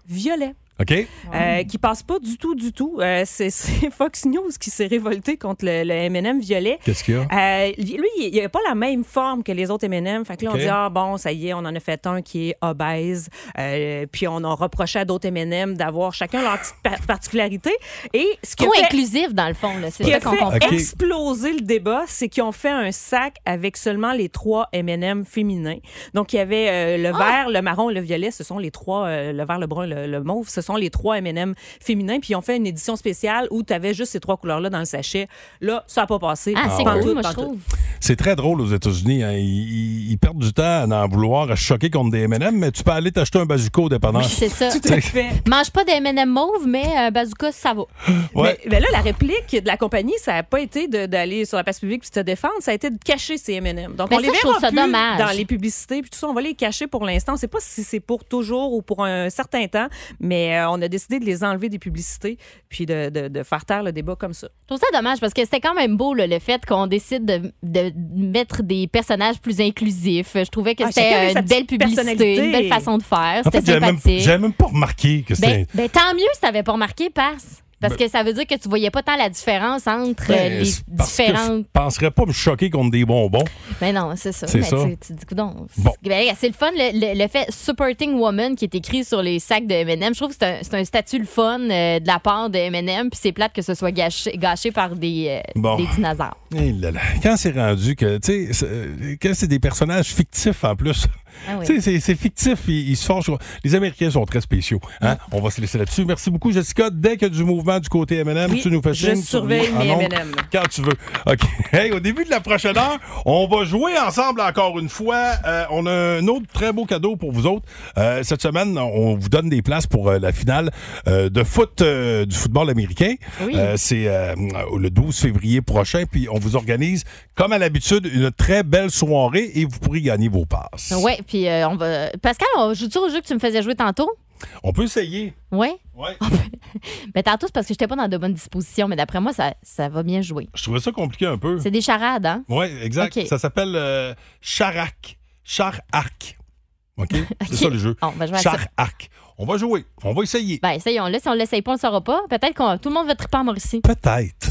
violet. OK? euh, qui passe pas du tout, du tout. Euh, c'est c'est Fox News qui s'est révolté contre le, le M&M violet. Qu'est-ce qu'il y a? Euh, lui, il n'y avait pas la même forme que les autres M&M. Fait que là, OK. on dit, ah bon, ça y est, on en a fait un qui est obèse. Euh, puis on en reprochait à d'autres M&M d'avoir chacun leur petite par- particularité. Et ce qui Trop a fait- inclusif, dans le fond. là. ce C'est qui ça a qu'on fait comprend. exploser le débat, c'est qu'ils ont fait un sac avec seulement les trois M&M féminins. Donc, il y avait euh, Ah! le vert, le marron et le violet. Ce sont les trois, euh, le vert, le brun, le, le mauve. Ce sont les trois M&M féminins. Puis, ils ont fait une édition spéciale où tu avais juste ces trois couleurs-là dans le sachet. Là, ça n'a pas passé. Ah, c'est Pantoute, cool, moi, je pantoute. trouve. C'est très drôle aux États-Unis. hein. Ils, ils- ils perdent du temps à en vouloir, à se choquer contre des M&M, mais tu peux aller t'acheter un bazooka au dépanneur. Oui, c'est ça. Tu sais, Mange pas des M&M mauve, mais euh, bazooka, ça va. Ouais. Mais, mais là, la réplique de la compagnie, ça n'a pas été de- d'aller sur la place publique puis de se défendre, ça a été de cacher ces M&M. Donc, Mais on ça, les je trouve verra ça plus dommage. dans les publicités puis tout ça. On va les cacher pour l'instant. On ne sait pas si c'est pour toujours ou pour un certain temps, mais euh, on a décidé de les enlever des publicités puis de, de- de faire taire le débat comme ça. Je trouve ça dommage parce que c'était quand même beau là, le fait qu'on décide de, de mettre des personnages plus inclusifs. Je trouvais que Ah, c'était chacun avait euh, sa une belle petite publicité, une personnalité. belle façon de faire. En C'était fait, j'avais même, sympathique. j'avais même pas remarqué que Ben, c'était... ben, tant mieux si t'avais pas remarqué, passe. Parce Ben- que ça veut dire que tu voyais pas tant la différence entre euh, Ben, les c'est parce que différentes. Je penserais pas me choquer contre des bonbons. Mais non, c'est ça. C'est Mais ça. tu- tu dis, coudonc, Bon. Ben, c'est le fun, le, le- le fait Supporting Woman qui est écrit sur les sacs de M&M. Je trouve que c'est un, c'est un statut le fun euh, de la part de M&M, puis c'est plate que ce soit gâché, gâché par des, euh, Bon. des dinosaures. Eh là là, Quand c'est rendu que, tu sais, c'est- euh, quand c'est des personnages fictifs en plus, Ah oui. tu sais, c'est- c'est fictif, ils, ils se forgent. Les Américains sont très spéciaux. hein. On va se laisser là-dessus. Merci beaucoup, Jessica. Dès qu'il y a du mouvement du côté M&M, Oui, tu nous fais je signe. tu surveille reviens mes en ondes M&M. Quand tu veux. OK. Hey, au début de la prochaine heure, on va jouer ensemble encore une fois. Euh, on a un autre très beau cadeau pour vous autres. Euh, cette semaine, on vous donne des places pour euh, la finale euh, de foot euh, du football américain. Oui. Euh, c'est euh, le 12 février prochain. Puis on vous organise, comme à l'habitude, une très belle soirée et vous pourrez gagner vos passes. Ouais, puis euh, on va. Pascal, on joue-tu au jeu que tu me faisais jouer tantôt? On peut essayer. Ouais? Ouais. Mais tantôt, c'est parce que j'étais pas dans de bonnes dispositions, mais d'après moi, ça, ça va bien jouer. Je trouvais ça compliqué un peu. C'est des charades, hein? Oui, exact. Ok. Ça s'appelle euh, Charac. Char-arc. OK? C'est ça le jeu. On va jouer à ça. Char-arc. On va jouer. On va essayer. Ben, essayons-le. Si on l'essaye pas, on le saura pas. Peut-être qu'on tout le monde va triper en Mauricie. Peut-être.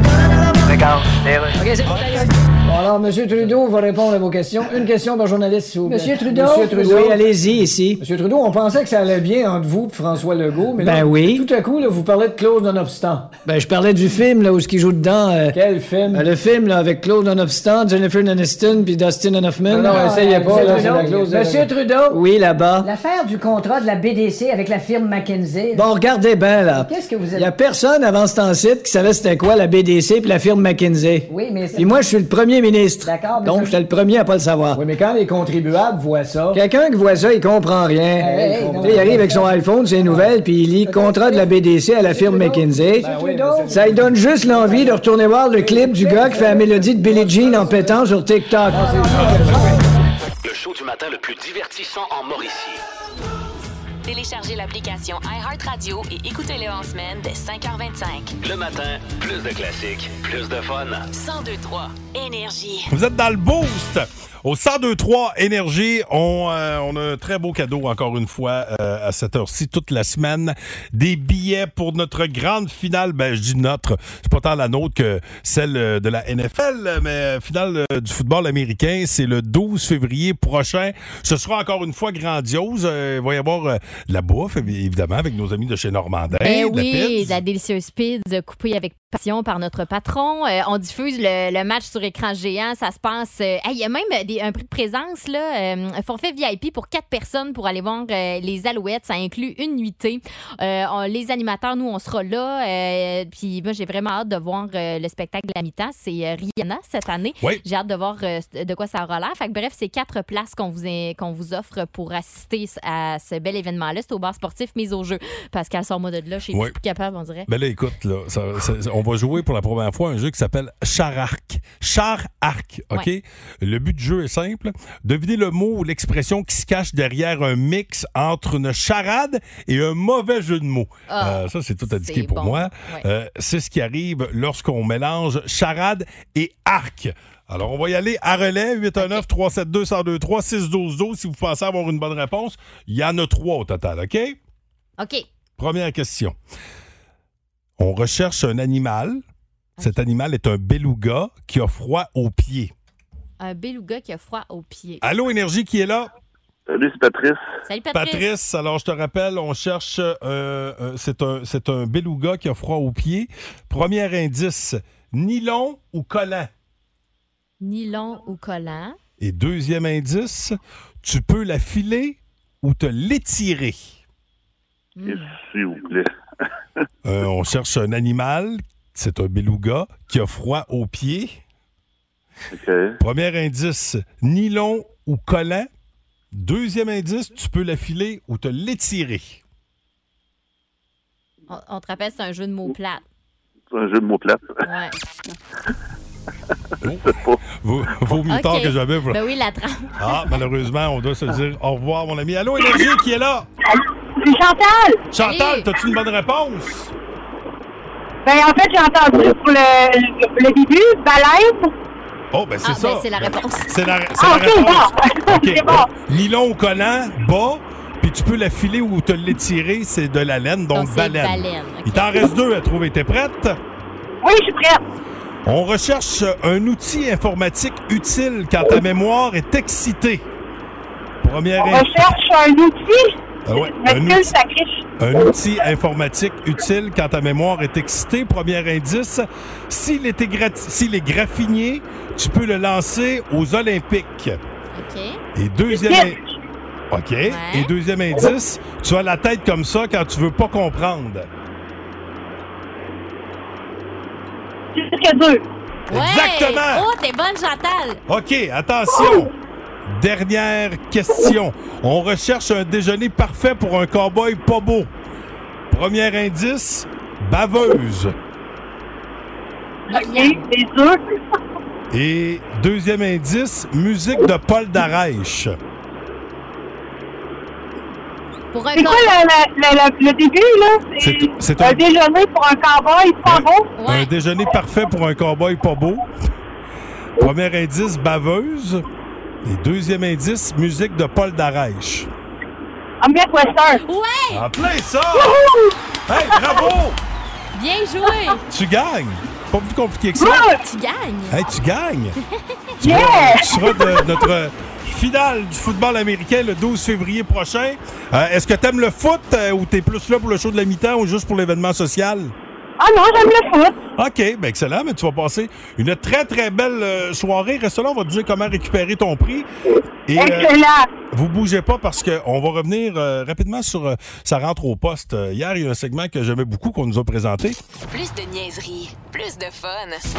OK, c'est bon, Bon, alors, M. Trudeau va répondre à vos questions. Une question par journaliste, s'il vous plaît. Monsieur Trudeau? Monsieur Trudeau. Oui, allez-y, ici. Monsieur Trudeau, on pensait que ça allait bien entre vous et François Legault, mais là, Ben oui. tout à coup, là, vous parlez de clause nonobstant. Ben, je parlais du film, là, où ce qu'il joue dedans. Quel film? le film, là, avec Claude Nonobstant, Jennifer Aniston, puis Dustin Hoffman. Non, non, essayez pas, Monsieur là, c'est Trudeau. la clause de- Monsieur Trudeau! Oui, là-bas. L'affaire du contrat de la BDC avec la firme McKinsey. Bon, regardez bien, là. Qu'est-ce que vous Il avez- n'y a personne avant ce temps-ci qui savait c'était quoi la BDC puis la firme McKinsey. Oui, mais c'est- Puis moi, je suis le premier ministre. D'accord, mais ça- Donc, j'étais le premier à pas le savoir. Oui, mais quand les contribuables voient ça. Quelqu'un qui voit ça, il comprend rien. Hey, hey, Tu sais, non, il arrive mais- avec son iPhone, ses nouvelles, puis il lit contrat de la BDC à la firme McKinsey. Ben Ça lui donne juste l'envie de retourner voir le clip du gars qui fait la mélodie de Billie Jean en pétant sur TikTok. Le show du matin le plus divertissant en Mauricie. Téléchargez l'application iHeartRadio et écoutez-le en semaine dès 5h25. Le matin, plus de classiques, plus de fun. 1023 Énergie. Vous êtes dans le boost. Au 1023 Énergie, on, euh, on a un très beau cadeau, encore une fois, euh, à cette heure-ci, toute la semaine. Des billets pour notre grande finale. Ben, je dis notre. C'est pas tant la nôtre que celle euh, de la NFL, mais euh, finale euh, du football américain. C'est le 12 février prochain. Ce sera encore une fois grandiose. Euh, il va y avoir euh, de la bouffe, évi- évidemment, avec nos amis de chez Normandin. Eh de la oui, pizza. la délicieuse pizza coupée avec passion par notre patron. Euh, on diffuse le, le match sur écran géant. Ça se passe. euh, hey, Il y a même des- un prix de présence, là, euh, un forfait VIP pour quatre personnes pour aller voir euh, les Alouettes. Ça inclut une nuitée. Euh, on- les animateurs, nous, on sera là. Euh, Puis moi, j'ai vraiment hâte de voir euh, le spectacle à la mi-temps. C'est euh, Rihanna cette année. Oui. J'ai hâte de voir euh, de quoi ça aura l'air. Fait que bref, c'est quatre places qu'on vous, qu'on vous offre pour assister à ce bel événement-là. C'est au bar sportif Mise au jeu. Pascal, sors-moi de là. Je suis Ouais. plus capable, on dirait. Ben là, écoute, là, ça- ça- ça- on va jouer pour la première fois un jeu qui s'appelle Char-Arc. Char-Arc, OK? Ouais. Le but du jeu est simple. Devinez le mot ou l'expression qui se cache derrière un mix entre une charade et un mauvais jeu de mots. Ah, Euh, ça, c'est tout indiqué c'est pour bon. moi. Ouais. Euh, c'est ce qui arrive lorsqu'on mélange charade et arc. Alors, on va y aller à relais, 819 372 1023 612 12 Si vous pensez avoir une bonne réponse, il y en a trois au total, OK? Euh, OK. Première question. On recherche un animal. Cet animal est un beluga qui a froid aux pieds. Un beluga qui a froid aux pieds. Allô, Énergie, qui est là? Salut, c'est Patrice. Salut, Patrice. alors je te rappelle, on cherche. euh, euh, c'est un, c'est un beluga qui a froid aux pieds. Premier indice, nylon ou collant? Nylon ou collant. Et deuxième indice, tu peux la filer ou te l'étirer. Hmm. S'il vous plaît. Euh, on cherche un animal, c'est un beluga, qui a froid aux pieds. Premier indice, nylon ou collant. Deuxième indice, tu peux l'affiler ou te l'étirer. On, on te rappelle, c'est un jeu de mots plats. C'est un jeu de mots plates. Ouais. Vaut, vaut mieux OK. tard que jamais. Ben oui, la trappe. Ah, malheureusement, on doit se dire au revoir, mon ami. Allô, Énergie, qui est là? Chantal! Chantal, Salut. t'as-tu une bonne réponse? Ben, en fait, j'ai entendu pour le, le, le début, baleine. Oh, ben c'est Ah, ça. ben, c'est la réponse. C'est la, c'est Ah, la ok, réponse. bon. OK, C'est bon. euh, Nylon ou collant, bas, puis tu peux la filer ou te l'étirer, c'est de la laine, donc, Donc, c'est baleine. baleine, OK. Il t'en reste deux à trouver. T'es prête? Oui, je suis prête. On recherche un outil informatique utile quand ta mémoire est excitée. Première On cherche un outil. Ah ouais, Mais un que outil. ça criche. Un outil informatique utile quand ta mémoire est excitée. Premier indice, s'il est, égra- s'il est graffiné, tu peux le lancer aux Olympiques. Et deuxième, Yes. in- OK. Et deuxième indice, tu as la tête comme ça quand tu veux pas comprendre. Disque dur. Exactement. Oh, t'es bonne, Chantal. OK, attention. Dernière question. On recherche un déjeuner parfait pour un cowboy pas beau. Premier indice, baveuse. OK, des œufs. Et deuxième indice, musique de Paul Darèche. Pour un C'est quoi le, le, le, le- le début, là? C'est- C'est Un un, déjeuner pour un cowboy pas beau? un déjeuner parfait pour un cowboy pas beau. Premier indice, baveuse. Et deuxième indice, musique de Paul Darèche. Un Western. Ouais! En plein ça! Hey, bravo! Bien joué! Tu gagnes! Pas plus compliqué que ça. Tu gagnes! Hey, tu gagnes! Tu, Yeah! seras- tu seras de notre finale du football américain le 12 février prochain. Euh, Est-ce que t'aimes le foot euh, ou t'es plus là pour le show de la mi-temps ou juste pour l'événement social? Ah non, j'aime le foot. OK, ben excellent, mais tu vas passer une très, très belle euh, soirée. Reste là, on va te dire comment récupérer ton prix. Et, euh, Excellent. vous bougez pas parce qu'on va revenir euh, rapidement sur euh, ça rentre au poste. Euh, hier, il y a un segment que j'aimais beaucoup qu'on nous a présenté. Plus de niaiserie, plus de fun.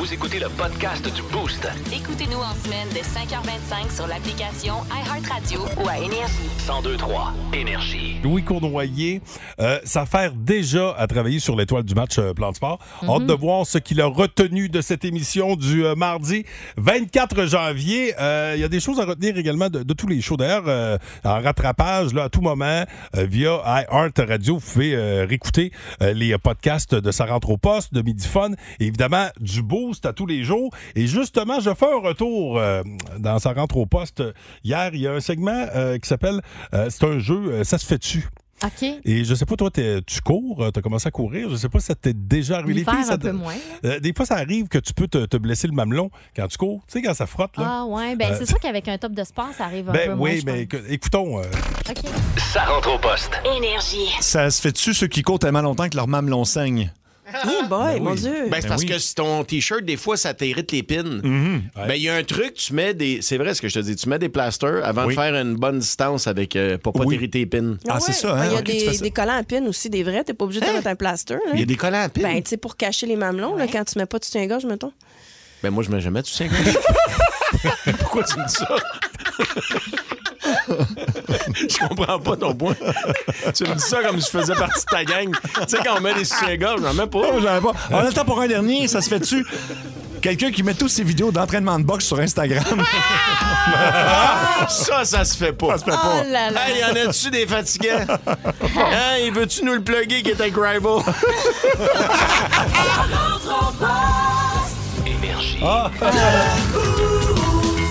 Vous écoutez le podcast du Boost. Écoutez-nous en semaine de 5h25 sur l'application iHeartRadio ou à Énergie. 1023 Énergie. Louis Cournoyer, euh, s'affaire déjà à travailler sur l'étoile du match euh, Plan de Sport. Hâte de voir ce qu'il a retenu de cette émission du euh, mardi 24 janvier. Euh, Il y a des choses à retenir également de, de tous les shows. D'ailleurs, euh, en rattrapage, là, à tout moment, euh, via iHeart Radio, vous pouvez euh, réécouter euh, les euh, podcasts de Sa rentre au poste, de Midi Fun, et évidemment du boost à tous les jours. Et justement, je fais un retour euh, dans Sa rentre au poste. Hier, il y a un segment euh, qui s'appelle euh, C'est un jeu, euh, ça se fait-tu? OK. Et je sais pas, toi, t'es- tu cours, tu as commencé à courir. Je sais pas si ça t'est déjà arrivé. L'hiver, ça un peu te- moins. Euh, des fois, ça arrive que tu peux te, te blesser le mamelon quand tu cours. Tu sais, quand ça frotte, là. Ah, ouais. Ben, Euh, c'est sûr qu'avec un top de sport, ça arrive un peu Ben moins. oui, je mais éc- écoutons. euh, Ça rentre au poste. Énergie. Ça se fait-tu ceux qui courent tellement longtemps que leur mamelon saigne? Oh boy, Ben mon oui. Dieu. Ben, c'est Ben, c'est parce parce oui. que ton T-shirt, des fois, ça t'irrite les pins. Ben, il y a un truc, tu mets des. C'est vrai ce que je te dis, tu mets des plasters avant Oui. de faire une bonne distance avec euh, pour pas t'irriter les pins. Ah, c'est Ben, ça, hein? Il y y a a Ok, tu des, fais des, ça. Hein? des, collants à pins aussi, des vrais. T'es pas obligé de mettre un plaster. Il y a des collants à pins. Ben, Ben, tu sais, pour cacher les mamelons, quand tu mets pas de soutien-gorge, mettons. Ben, moi, je mets jamais de soutien-gorge. Pourquoi tu me dis ça? je comprends pas ton point. tu me dis ça comme si je faisais partie de ta gang. Tu sais, quand on met des soutiens-gorges, j'en mets pas. Oh, j'en ai pas. On attend pour un dernier, ça se fait-tu? Quelqu'un qui met toutes ses vidéos d'entraînement de boxe sur Instagram. ça, ça se fait Ça pas. se fait pas. Oh là là. Hey, y en a-tu des fatigants? hein, il veut-tu nous le plugger qui est un rival? Énergie.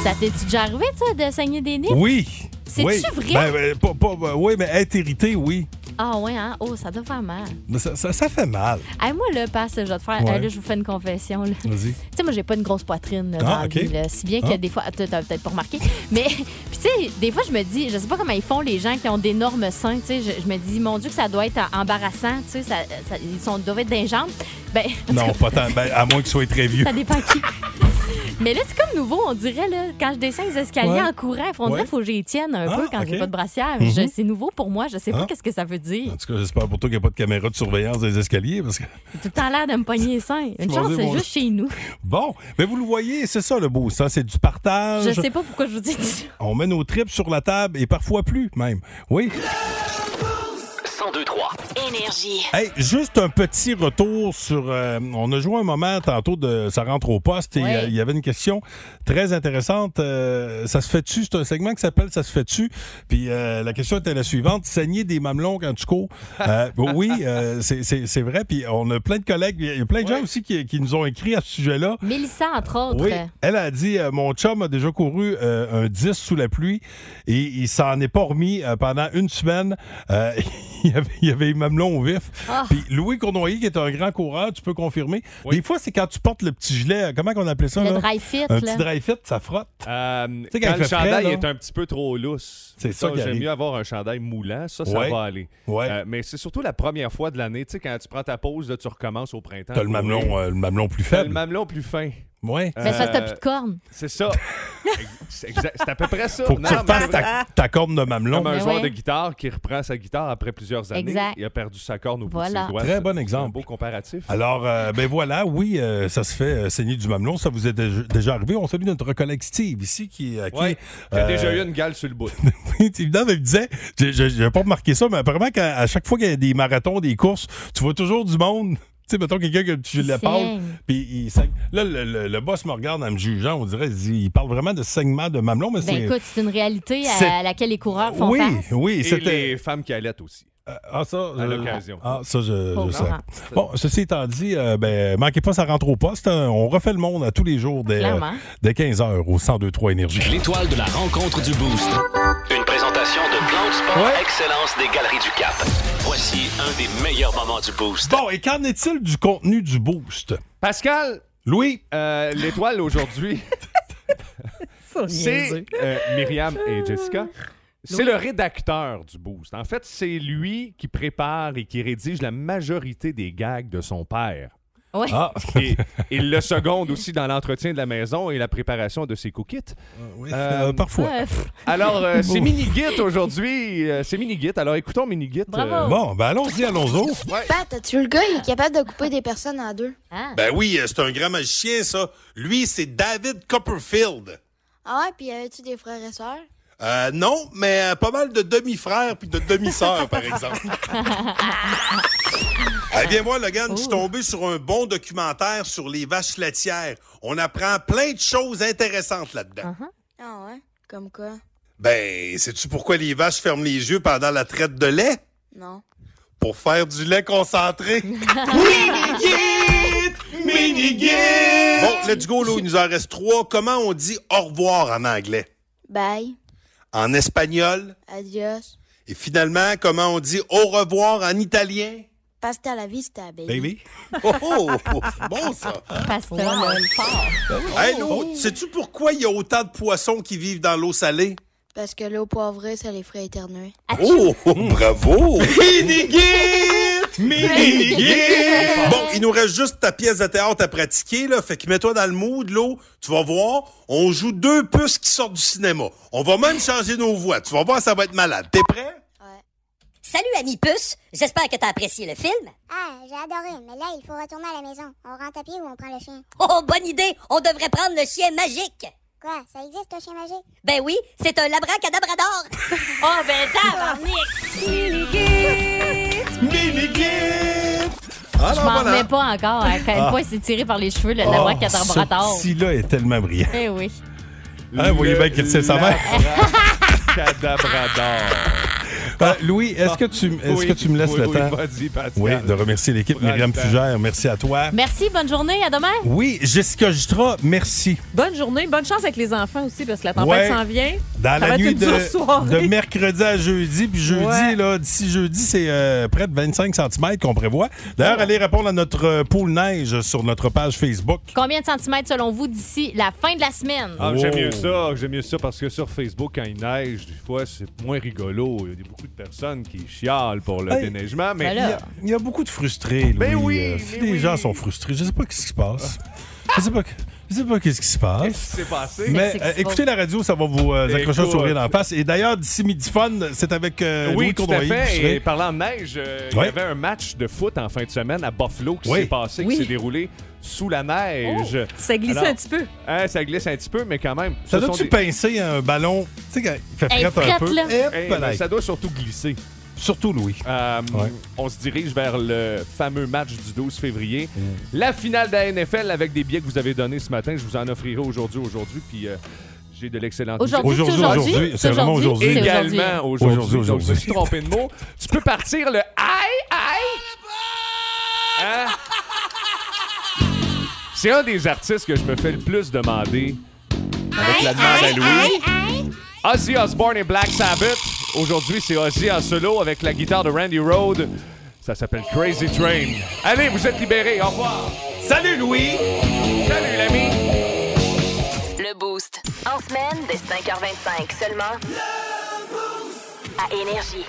Ça t'est-tu déjà arrivé, ça, de saigner des nippes? Oui. C'est-tu oui. vrai? Ben, ben, pas- pas- ben, oui, mais être irrité, oui. Ah, ouais, hein? Oh, ça doit faire mal. Mais ça, ça- ça fait mal. Hey, moi, là, passe, je vais te faire. Ouais. euh, là, je vous fais une confession. là. Tu Vas-y. sais, moi, j'ai pas une grosse poitrine, là, dans Ah, la OK. vie, là. Si bien que Ah. des fois. T'as t'as peut-être pas remarqué. Mais, puis, tu sais, des fois, je me dis, je sais pas comment ils font, les gens qui ont d'énormes seins. Tu sais, je, je me dis, mon Dieu, que ça doit être embarrassant. Tu sais, ça- ça- ils sont, doivent être des jambes. Ben, en tout Non, cas, pas tant. Ben, à moins qu'il soit très vieux. Ça dépend qui. Mais là, c'est comme nouveau, on dirait, là, quand je descends les escaliers Ouais. en courant, on dirait Ouais. qu'il faut que j'y tienne un Ah, peu quand OK. j'ai pas de brassière. Mhm. Je- C'est nouveau pour moi, je sais pas Ah. qu'est-ce que ça veut dire. En tout cas, j'espère pour toi qu'il n'y a pas de caméra de surveillance des escaliers parce que. J'ai tout le temps l'air de me pogner les seins. Une Mon chance, Dieu, c'est mon juste chez nous. Bon, mais vous le voyez, c'est ça le beau, ça, c'est du partage. Je sais pas pourquoi je vous dis ça. On met nos tripes sur la table et parfois plus même. Oui. 102-3. Énergie. Hey, juste un petit retour sur. euh, on a joué un moment tantôt de ça rentre au poste et euh, il Ouais. y avait une question très intéressante. euh, ça se fait-tu C'est un segment qui s'appelle Ça se fait-tu Puis euh, la question était la suivante saigner des mamelons quand tu cours. Euh, oui, euh, c'est- c'est c'est vrai. Puis on a plein de collègues, il y a plein de gens aussi qui, qui nous ont écrit à ce sujet-là. Mélissa, entre autres. Oui, elle a dit euh, Mon chum a déjà couru euh, un 10 sous la pluie et il s'en est pas remis euh, pendant une semaine. Euh, il, avait, il avait les mamelons au vif. Ah. Puis Louis Cournoyer, qui est un grand coureur, tu peux confirmer. Des fois, c'est quand tu portes le petit gilet, euh, comment on appelait ça Le là? dry fit, Un là. petit dry fit, ça frotte. Euh, sais, quand quand il le fait frais, chandail là. est un petit peu trop lousse. C'est ça qui J'aime arrive. mieux avoir un chandail moulant. Ça, ça Ouais. va aller. Ouais. Euh, mais c'est surtout la première fois de l'année. Tu sais, quand tu prends ta pause, là, tu recommences au printemps. T'as le mamelon, euh, le mamelon plus T'as le faible. mamelon plus fin. Ouais. Mais Ben, ça, t'as plus de cornes. C'est ça. Ex- c'est exact- c'est à peu près ça. Faut que Euh, Non, tu mais ah. fasses c'est ta, vrai. ta corne de mamelon. Ben Comme un Mais joueur ouais. de guitare qui reprend sa guitare après plusieurs années. Exact. Il a perdu sa corne au bout de Voilà. ses doigts. Très C'est- bon c'est exemple. Un beau comparatif. Alors, euh, ben voilà, oui, euh, ça se fait euh, saigner du mamelon. Ça vous est déj- déjà arrivé. On salue notre collègue Steve ici qui, euh, qui, Ouais. Qui a euh, déjà eu une gale sur le bout. Oui, tu- non, mais il me disait, je- je- j'avais pas remarqué ça, mais apparemment, qu'à à chaque fois qu'il y a des marathons, des courses, tu vois toujours du monde. Tu sais, mettons quelqu'un que tu Il le parles, saigne. puis il saigne. Là, le, le- le boss me regarde en me jugeant, on dirait, il dit, il parle vraiment de saignement de mamelon, mais Ben c'est. écoute, c'est une réalité C'est- à, à laquelle les coureurs font oui, face. oui, Et c'était. les femmes qui allaitent aussi. Ah, ça, À je- l'occasion. Ah, ça, je, Oh, je sais. Laurent. Bon, ceci étant dit, euh, ben, manquez pas, ça rentre au poste. hein. On refait le monde à tous les jours dès, Clairement. dès 15h au 102.3 Énergie. L'étoile de la rencontre du Boost. Une présentation de Plan de Sport Excellence des Galeries du Cap. Voici un des meilleurs moments du Boost. Bon, et qu'en est-il du contenu du Boost? Pascal! Louis! L'étoile aujourd'hui, c'est euh, Myriam et Jessica. C'est le rédacteur du Boost. En fait, c'est lui qui prépare et qui rédige la majorité des gags de son père. Ouais. Ah. Et il le seconde aussi dans l'entretien de la maison et la préparation de ses cookits. euh, parfois. Euh, pff. Alors, euh, c'est Ouh. mini-git aujourd'hui. euh, c'est mini-git. Alors, écoutons mini-git. euh, Bon, ben allons-y, allons-y. Pat, as-tu le gars, il est capable de couper des personnes en deux? Ben oui, euh, c'est un grand magicien, ça. Lui, c'est David Copperfield. Ah ouais, puis avais-tu des frères et sœurs? Euh, non, mais euh, pas mal de demi-frères puis de demi-sœurs, par exemple. Eh bien, moi, Logan, je suis tombé sur un bon documentaire sur les vaches laitières. On apprend plein de choses intéressantes là-dedans. Ah ouais? Comme quoi? Ben, sais-tu pourquoi les vaches ferment les yeux pendant la traite de lait? Non. Pour faire du lait concentré. Bon, let's go, là, il nous en reste trois. Comment on dit au revoir en anglais? Bye. En espagnol? Adios. Et finalement, comment on dit au revoir en italien? Pasta la vista, baby. Baby? Oh, oh, oh, bon ça! Pasta Ah, Hey, l'eau, sais-tu pourquoi il y a autant de poissons qui vivent dans l'eau salée? Parce que l'eau poivrée, ça les ferait éternuer. Oh, bravo! Minigit! Minigit! Bon, il nous reste juste ta pièce de théâtre à pratiquer, là. Fait que mets-toi dans le mood, l'eau. Tu vas voir, on joue deux puces qui sortent du cinéma. On va même changer nos voix. Tu vas voir, ça va être malade. T'es prêt? Salut, ami puce. J'espère que t'as apprécié le film. Ah, j'ai adoré, mais là, il faut retourner à la maison. On rentre à pied ou on prend le chien? Oh, bonne idée. On devrait prendre le chien magique. Quoi, ça existe, le chien magique? Ben oui, c'est un labracadabrador. oh, ben tabarnak! Je Alors, m'en voilà. remets pas encore à quel ben, Ah. point point c'est tiré par les cheveux, le Oh, labracadabrador. Ce petit-là est tellement brillant. Eh oui. Hein, vous voyez bien qu'il sait sa mère. Cadabrador. Euh, Louis, est-ce que tu, est-ce Oui, que tu me laisses oui, le oui, temps vas-y, Pascal. Oui, de remercier l'équipe Prends le Myriam temps. Fugère, merci à toi. Merci, bonne journée, à demain. Oui, Jessica Jutra, merci. Bonne journée, bonne chance avec les enfants aussi, parce que la tempête Ouais. s'en vient. Dans ça va la être nuit une dure de, soirée. de mercredi à jeudi, puis jeudi, Ouais. là, d'ici jeudi, c'est euh, près de 25 cm qu'on prévoit. D'ailleurs, allez répondre à notre euh, pool neige sur notre page Facebook. Combien de centimètres selon vous d'ici la fin de la semaine? Ah, J'aime Oh. mieux ça, j'aime mieux ça parce que sur Facebook, quand il neige, des fois, c'est moins rigolo. Il y a beaucoup de personnes qui chialent pour le Hey. déneigement, mais Il y a- il y, a beaucoup de frustrés. Ben Louis. oui, Euh, ben les oui. gens sont frustrés. Je sais pas ce qui se passe. Je sais pas, je sais pas qu'est-ce qui se Qu'est-ce passe. qui s'est passé? Mais Qu'est-ce qui euh, se écoutez la passe? radio, ça va vous euh, accrocher un Écoute. sourire en face. Et d'ailleurs, d'ici midi fun, c'est avec euh, Louis oui, tout à Cournoyer qui fait. serait- Et parlant de neige, euh, il Ouais. y avait un match de foot en fin de semaine à Buffalo qui Oui. s'est passé, Oui. qui s'est déroulé sous la neige. Hein, Oh, ça glissait un petit peu. ça glisse un petit peu, mais quand même. Ça ce doit-tu sont des- pincer un ballon? Tu sais, quand il fait Hey, frette un frette, peu. là. Eh, Hey, palais. mais ça doit surtout glisser. Surtout Louis. Ah. Euh, Ouais. On se dirige vers le fameux match du 12 février. La finale de la NFL avec des billets que vous avez donnés ce matin. Je vous en offrirai aujourd'hui, aujourd'hui. Puis euh, j'ai de l'excellente Aujourd'hui, musique. c'est Aujourd'hui, aujourd'hui, aujourd'hui, c'est vraiment c'est aujourd'hui. aujourd'hui. Également Aujourd'hui. Aujourd'hui, aujourd'hui. Donc, je me aujourd'hui. suis trompé de mot. Tu peux partir le aïe, aïe. Hein? C'est un des artistes que je me fais le plus demander avec la demande à Louis. Ozzy Osbourne et Black Sabbath. Aujourd'hui, c'est Ozzy en solo avec la guitare de Randy Rhodes. Ça s'appelle Crazy Train. Allez, vous êtes libérés. Au revoir. Salut, Louis. Salut, l'ami. Le Boost. En semaine, dès 5h25 seulement. À Énergie.